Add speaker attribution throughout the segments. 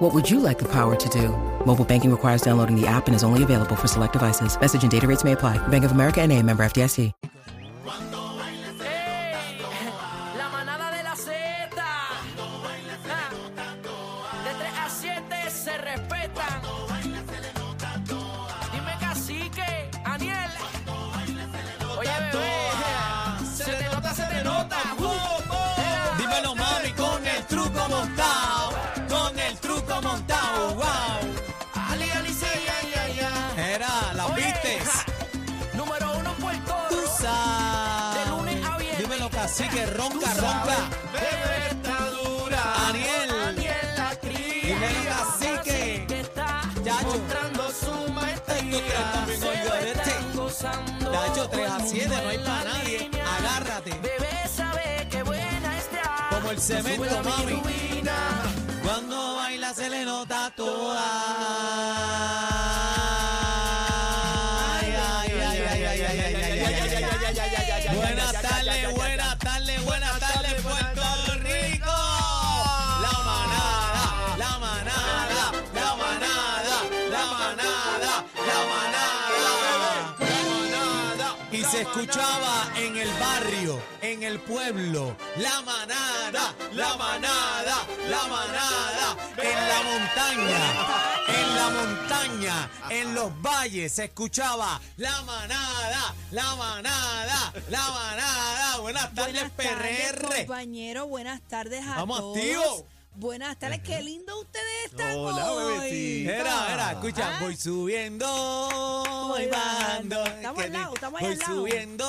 Speaker 1: What would you like the power to do? Mobile banking requires downloading the app and is only available for select devices. Message and data rates may apply. Bank of America and a member FDIC.
Speaker 2: ¡Ey! La manada de la Z. Ah. De 3 a 7 se respetan. Dime cacique, Aniel. Oye, bebé. Se te nota, se te nota.
Speaker 3: Dímelo mami con el truco montado, con el truco montado, wow.
Speaker 2: Ali, Ali, sí, ay, ay, ay.
Speaker 3: Era, la
Speaker 2: Oye,
Speaker 3: viste.
Speaker 2: ja. Número uno en Puerto
Speaker 3: Tú
Speaker 2: Rico. De
Speaker 3: sabes.
Speaker 2: lunes a viernes.
Speaker 3: Dímelo cacique,
Speaker 2: Tú
Speaker 3: ronca,
Speaker 2: sabes.
Speaker 3: ronca.
Speaker 2: Bebé está dura.
Speaker 3: Aniel.
Speaker 2: Aniel la cría.
Speaker 3: Dímelo cacique.
Speaker 2: Que está
Speaker 3: Yacho.
Speaker 2: mostrando su maestría.
Speaker 3: Tú crees también
Speaker 2: Se
Speaker 3: con
Speaker 2: lo
Speaker 3: Llorente.
Speaker 2: están gozando.
Speaker 3: Dacho 3 a
Speaker 2: Todo el
Speaker 3: 7, no hay
Speaker 2: mundo en
Speaker 3: para
Speaker 2: la
Speaker 3: nadie.
Speaker 2: línea.
Speaker 3: Agárrate,
Speaker 2: Bebé sabe que buena está.
Speaker 3: como el
Speaker 2: Sube
Speaker 3: cemento,
Speaker 2: la
Speaker 3: mami.
Speaker 2: bilirrubina.
Speaker 3: Cuando baila se le nota toda. Ay, ay, ay, ay, ay, ay, ay, ay, ay, ay, ay, ay, ay. Buenas tardes, buenas tardes, buenas tardes, Puerto Rico. La manada, la manada, la manada, la manada, la manada. Y se escuchaba en el barrio, en el pueblo, la manada, la manada, la manada, en la montaña, en la montaña, en los valles se escuchaba la manada, la manada, la manada. Buenas tardes,
Speaker 4: Buenas tardes,
Speaker 3: PRR.
Speaker 4: compañero. Buenas tardes a
Speaker 3: Vamos
Speaker 4: todos.
Speaker 3: activo.
Speaker 4: Buenas tardes. Qué lindo ustedes están
Speaker 5: Hola,
Speaker 4: hoy.
Speaker 5: bebecita.
Speaker 3: Era, era, escucha,
Speaker 4: Ah.
Speaker 3: voy subiendo, voy
Speaker 4: Voy
Speaker 3: bajando.
Speaker 4: bajando. Estamos
Speaker 3: Qué
Speaker 4: al lado,
Speaker 3: rico.
Speaker 4: estamos ahí
Speaker 3: Voy
Speaker 4: al lado.
Speaker 3: subiendo,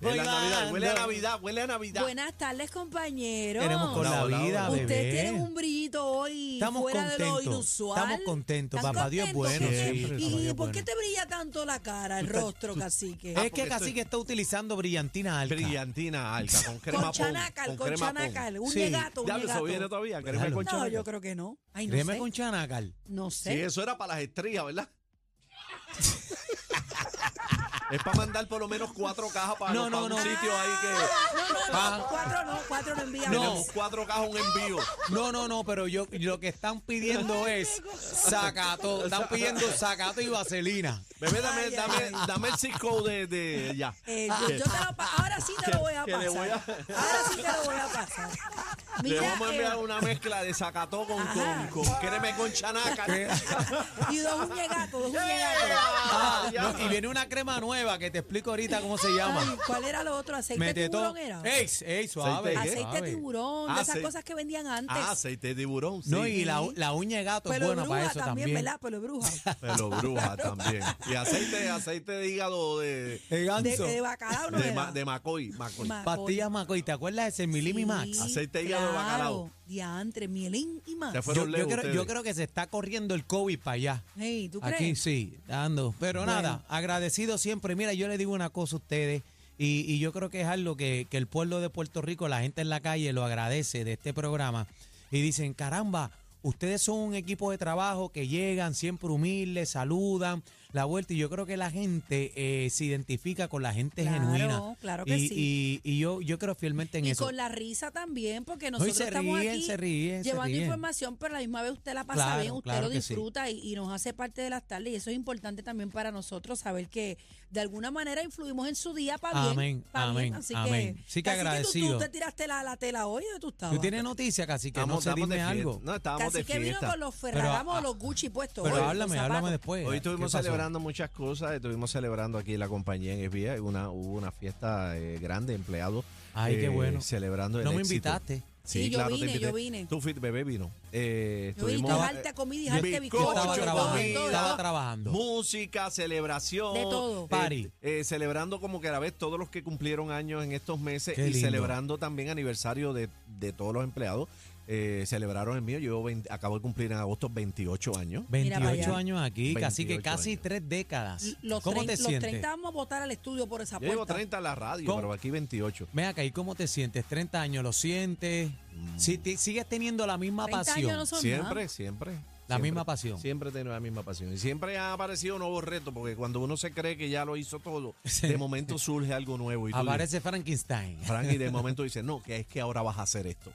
Speaker 3: voy
Speaker 5: Huele a Navidad, huele a
Speaker 3: bajando.
Speaker 5: Navidad, huele a Navidad.
Speaker 4: Buenas tardes, compañero.
Speaker 3: Queremos con
Speaker 5: Hola,
Speaker 3: la
Speaker 5: hola,
Speaker 3: vida,
Speaker 5: hola.
Speaker 4: Ustedes
Speaker 3: bebé.
Speaker 4: tienen un brillito hoy
Speaker 3: Estamos
Speaker 4: fuera de lo
Speaker 3: contentos,
Speaker 4: inusual.
Speaker 3: estamos contentos,
Speaker 4: ¿Están
Speaker 3: papá Dios es
Speaker 4: contentos?
Speaker 3: bueno,
Speaker 4: ¿Por qué?
Speaker 3: siempre,
Speaker 4: ¿Y
Speaker 3: papá Dios es
Speaker 4: por qué
Speaker 3: bueno.
Speaker 4: te brilla tanto la cara, el rostro, cacique?
Speaker 3: Es que
Speaker 5: porque
Speaker 3: casi
Speaker 5: estoy-
Speaker 3: que está utilizando brillantina alta.
Speaker 5: Brillantina alta, con crema
Speaker 4: con
Speaker 5: pon,
Speaker 4: chanacal,
Speaker 5: con
Speaker 4: con
Speaker 5: crema
Speaker 4: chanacal.
Speaker 3: pon.
Speaker 4: Un
Speaker 3: Sí.
Speaker 4: negato,
Speaker 5: pon.
Speaker 4: un
Speaker 5: Ya, pero eso
Speaker 4: negato.
Speaker 5: viene todavía, crema
Speaker 3: Claro.
Speaker 5: con
Speaker 4: No,
Speaker 5: chanacal.
Speaker 4: yo creo que no. Ay, no
Speaker 3: Créeme
Speaker 4: sé.
Speaker 3: con chanacal.
Speaker 4: No
Speaker 5: Sí,
Speaker 4: sé.
Speaker 5: eso era para las estrías, ¿verdad? es para mandar por lo menos cuatro cajas para,
Speaker 3: No,
Speaker 5: para
Speaker 3: no,
Speaker 5: un
Speaker 3: no.
Speaker 5: sitio ahí que
Speaker 4: No, no, no.
Speaker 3: Ah.
Speaker 4: Cuatro no, cuatro no enviamos.
Speaker 5: tenemos cuatro cajas un envío.
Speaker 3: No, no, no, pero yo lo que están pidiendo es sacato. Están pidiendo sacato y vaselina.
Speaker 5: Bebé, dame,
Speaker 4: Ay,
Speaker 5: dame,
Speaker 4: ay,
Speaker 5: dame el zip code de, de ya.
Speaker 4: Eh, yo, yo te lo pa- ahora sí te lo voy a
Speaker 5: Ah. que le
Speaker 4: pasar.
Speaker 5: voy a-
Speaker 4: Ahora sí te lo voy a pasar.
Speaker 5: Le
Speaker 4: Mira,
Speaker 5: vamos a
Speaker 4: eh,
Speaker 5: enviar una mezcla de sacató con, con,
Speaker 4: Ajá.
Speaker 5: con crema con chanacal.
Speaker 4: y dos uñegatos, dos uñegatos.
Speaker 3: Ah, no, y viene una crema nueva que te explico ahorita cómo se
Speaker 4: Ay,
Speaker 3: llama.
Speaker 4: ¿Cuál era lo otro? ¿Aceite de
Speaker 3: Mete todo.
Speaker 4: tiburón era?
Speaker 3: Ey, ey,
Speaker 5: Aceite,
Speaker 3: suave.
Speaker 5: ¿qué?
Speaker 4: Aceite de
Speaker 3: suave.
Speaker 4: tiburón, de
Speaker 5: Ah,
Speaker 4: esas
Speaker 5: sí.
Speaker 4: cosas que vendían antes.
Speaker 5: Ah, aceite de tiburón, sí.
Speaker 3: No, y la, la uña de gato es
Speaker 4: Pelo
Speaker 3: buena para
Speaker 4: bruja
Speaker 3: eso
Speaker 4: también,
Speaker 3: también.
Speaker 4: ¿verdad? Pelo bruja.
Speaker 5: Pero bruja también. Y aceite, aceite de hígado de,
Speaker 3: El
Speaker 4: De,
Speaker 3: ganso.
Speaker 4: de bacalao no
Speaker 5: de,
Speaker 4: era.
Speaker 5: ma- de Macoy. Macoy.
Speaker 4: Ma-
Speaker 3: Pastillas Macoy, ¿te acuerdas de Semilimi
Speaker 4: Sí, Ah,
Speaker 3: Max?
Speaker 5: Aceite de hígado de
Speaker 4: claro,
Speaker 5: bacalao.
Speaker 4: Diantre, mielín y más.
Speaker 5: Se fue.
Speaker 3: Yo,
Speaker 5: Fueron
Speaker 3: yo
Speaker 5: lejos
Speaker 3: creo,
Speaker 5: ustedes.
Speaker 3: yo creo que se está corriendo el COVID para allá.
Speaker 4: Ey, ¿tú crees?
Speaker 3: Aquí sí, dando. Pero
Speaker 4: Bueno.
Speaker 3: nada, agradecido siempre. Mira, yo le digo una cosa a ustedes y, y yo creo que es algo que, que el pueblo de Puerto Rico, la gente en la calle lo agradece de este programa y dicen, caramba, ustedes son un equipo de trabajo que llegan siempre humildes, saludan, la vuelta y yo creo que la gente eh, se identifica con la gente
Speaker 4: Claro,
Speaker 3: genuina.
Speaker 4: claro que
Speaker 3: Y-
Speaker 4: sí.
Speaker 3: Y, y yo, yo creo fielmente en
Speaker 4: y
Speaker 3: eso.
Speaker 4: con la risa también, porque
Speaker 3: se
Speaker 4: nosotros estamos
Speaker 3: ríen,
Speaker 4: aquí
Speaker 3: se ríen, se
Speaker 4: llevando
Speaker 3: ríen.
Speaker 4: información, pero a la misma vez usted la pasa
Speaker 3: Claro,
Speaker 4: bien, usted
Speaker 3: claro
Speaker 4: lo
Speaker 3: que sí.
Speaker 4: disfruta y, y nos hace parte de las tardes. Y eso es importante también para nosotros, saber que de alguna manera influimos en su día para bien.
Speaker 3: Amén,
Speaker 4: pa' bien.
Speaker 3: amén,
Speaker 4: Así
Speaker 3: amén.
Speaker 4: Que,
Speaker 3: Sí que
Speaker 4: así tú-
Speaker 3: agradecido.
Speaker 4: tú, te tiraste la, la tela hoy o tú estabas.
Speaker 3: ¿Tú tienes noticia, casi que no
Speaker 5: Estábamos-
Speaker 3: sé,
Speaker 5: estábamos
Speaker 3: dime
Speaker 5: de fiesta.
Speaker 3: algo?
Speaker 5: No, estábamos
Speaker 4: Casi
Speaker 5: de
Speaker 4: que vino
Speaker 5: fiesta.
Speaker 4: con los
Speaker 3: Pero,
Speaker 4: Ferragamo
Speaker 3: ah,
Speaker 4: o los Gucci puestos.
Speaker 3: Pero
Speaker 4: hoy, los
Speaker 3: háblame, háblame
Speaker 4: zapatos.
Speaker 3: después.
Speaker 5: Hoy
Speaker 3: ¿Qué
Speaker 5: estuvimos
Speaker 3: pasó?
Speaker 5: celebrando muchas cosas, estuvimos celebrando aquí la compañía en FBA, una, hubo una fiesta eh, grande de empleados.
Speaker 3: Ay, qué
Speaker 5: eh,
Speaker 3: bueno.
Speaker 5: Celebrando el
Speaker 3: No me
Speaker 5: éxito.
Speaker 3: invitaste.
Speaker 4: Sí, yo vine, yo vine.
Speaker 5: Tú fuiste, bebé vino. Eh,
Speaker 4: Yo vi,
Speaker 5: estuvimos,
Speaker 4: tú
Speaker 3: Estaba-
Speaker 4: jalta comida y
Speaker 3: yo-
Speaker 4: jalta
Speaker 5: yo
Speaker 3: Yo
Speaker 4: bizcocho,
Speaker 3: estaba
Speaker 4: de todo,
Speaker 3: trabajando,
Speaker 4: de todo, de
Speaker 3: estaba
Speaker 4: todo.
Speaker 3: trabajando.
Speaker 5: eh, Música, celebración.
Speaker 4: De todo.
Speaker 5: eh,
Speaker 3: Party.
Speaker 5: eh, celebrando como que a la vez todos los que cumplieron años en estos meses
Speaker 3: Qué
Speaker 5: y
Speaker 3: lindo.
Speaker 5: celebrando también aniversario de, de todos los empleados. eh, celebraron el mío. Yo vein- acabo de cumplir en agosto 28 años.
Speaker 4: Mira para
Speaker 3: 28
Speaker 4: allá.
Speaker 3: años aquí, casi que
Speaker 5: 28
Speaker 3: casi
Speaker 5: años.
Speaker 3: tres décadas.
Speaker 4: Los,
Speaker 3: ¿Cómo
Speaker 4: trein-
Speaker 3: te
Speaker 4: los
Speaker 3: sientes?
Speaker 4: 30 vamos a votar al estudio por esa
Speaker 5: Yo llevo
Speaker 4: puerta.
Speaker 5: 30 en la radio,
Speaker 3: ¿Cómo?
Speaker 5: pero aquí 28.
Speaker 3: Ven acá, ¿y cómo te sientes? ¿30 años lo sientes?
Speaker 5: Mm.
Speaker 3: Si te- sigues teniendo la misma
Speaker 4: 30
Speaker 3: pasión.
Speaker 4: años no son
Speaker 5: Siempre,
Speaker 4: nada.
Speaker 5: siempre.
Speaker 3: La
Speaker 5: siempre.
Speaker 3: misma pasión.
Speaker 5: Siempre he tenido la misma pasión. Y siempre han aparecido nuevos retos, porque cuando uno se cree que ya lo hizo todo,
Speaker 3: Sí.
Speaker 5: de momento surge algo nuevo. Y tú dices,
Speaker 3: Aparece Frankenstein.
Speaker 5: Frank, y de momento dice, no, que es que ahora vas a hacer esto.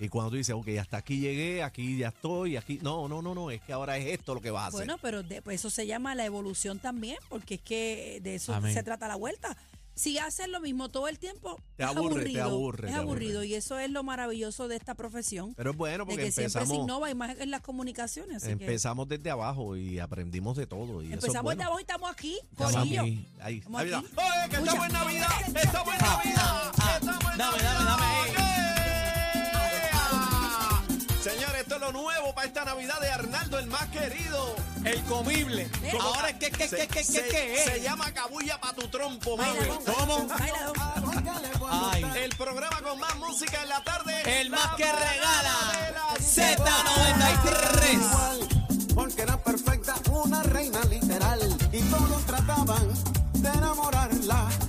Speaker 5: Y cuando tú dices, ok, hasta aquí llegué, aquí ya estoy, aquí. No, no, no, no, es que ahora es esto lo que vas a hacer.
Speaker 4: Bueno, pero de- pues eso se llama la evolución también, porque es que de eso
Speaker 3: Amén.
Speaker 4: se trata la vuelta. Si haces lo mismo todo el tiempo,
Speaker 5: Te
Speaker 4: es
Speaker 5: aburre, te
Speaker 4: aburrido.
Speaker 5: aburre,
Speaker 4: es
Speaker 5: te
Speaker 4: aburrido
Speaker 5: aburre.
Speaker 4: y eso es lo maravilloso de esta profesión,
Speaker 5: pero es bueno
Speaker 4: de
Speaker 5: porque
Speaker 4: que siempre se
Speaker 5: empezamos,
Speaker 4: innova y más en las comunicaciones. así que-
Speaker 5: empezamos desde abajo y aprendimos de todo. Y
Speaker 4: empezamos
Speaker 5: eso
Speaker 4: de
Speaker 5: es bueno.
Speaker 4: abajo y estamos aquí,
Speaker 3: Estamos
Speaker 4: Corillo.
Speaker 3: aquí.
Speaker 5: Ahí,
Speaker 4: Estamos
Speaker 5: Navidad.
Speaker 4: aquí.
Speaker 5: ¡Oye, que estamos en
Speaker 4: Escucha.
Speaker 5: Navidad! ¡Estamos en Navidad! ¡Estamos en
Speaker 3: Dame,
Speaker 5: Navidad!
Speaker 3: dame, dame ahí.
Speaker 5: ¡Yeah! Señores, esto es lo nuevo para esta Navidad de Arnaldo, el más querido. ¿Eh?
Speaker 3: El comible.
Speaker 4: ¿Cómo?
Speaker 3: Ahora, ¿qué, qué,
Speaker 5: Se-
Speaker 3: qué, qué,
Speaker 5: se-
Speaker 3: qué, qué
Speaker 5: Se
Speaker 3: es?
Speaker 5: llama Cabulla para tu trompo,
Speaker 4: Baila,
Speaker 5: mami.
Speaker 4: don, baila, don.
Speaker 3: Ay,
Speaker 5: El programa con más música en la tarde.
Speaker 3: el más
Speaker 5: La
Speaker 3: que
Speaker 5: manada de
Speaker 3: regala.
Speaker 5: la
Speaker 3: Z93.
Speaker 6: Porque era perfecta, una reina literal. Y todos trataban de enamorarla.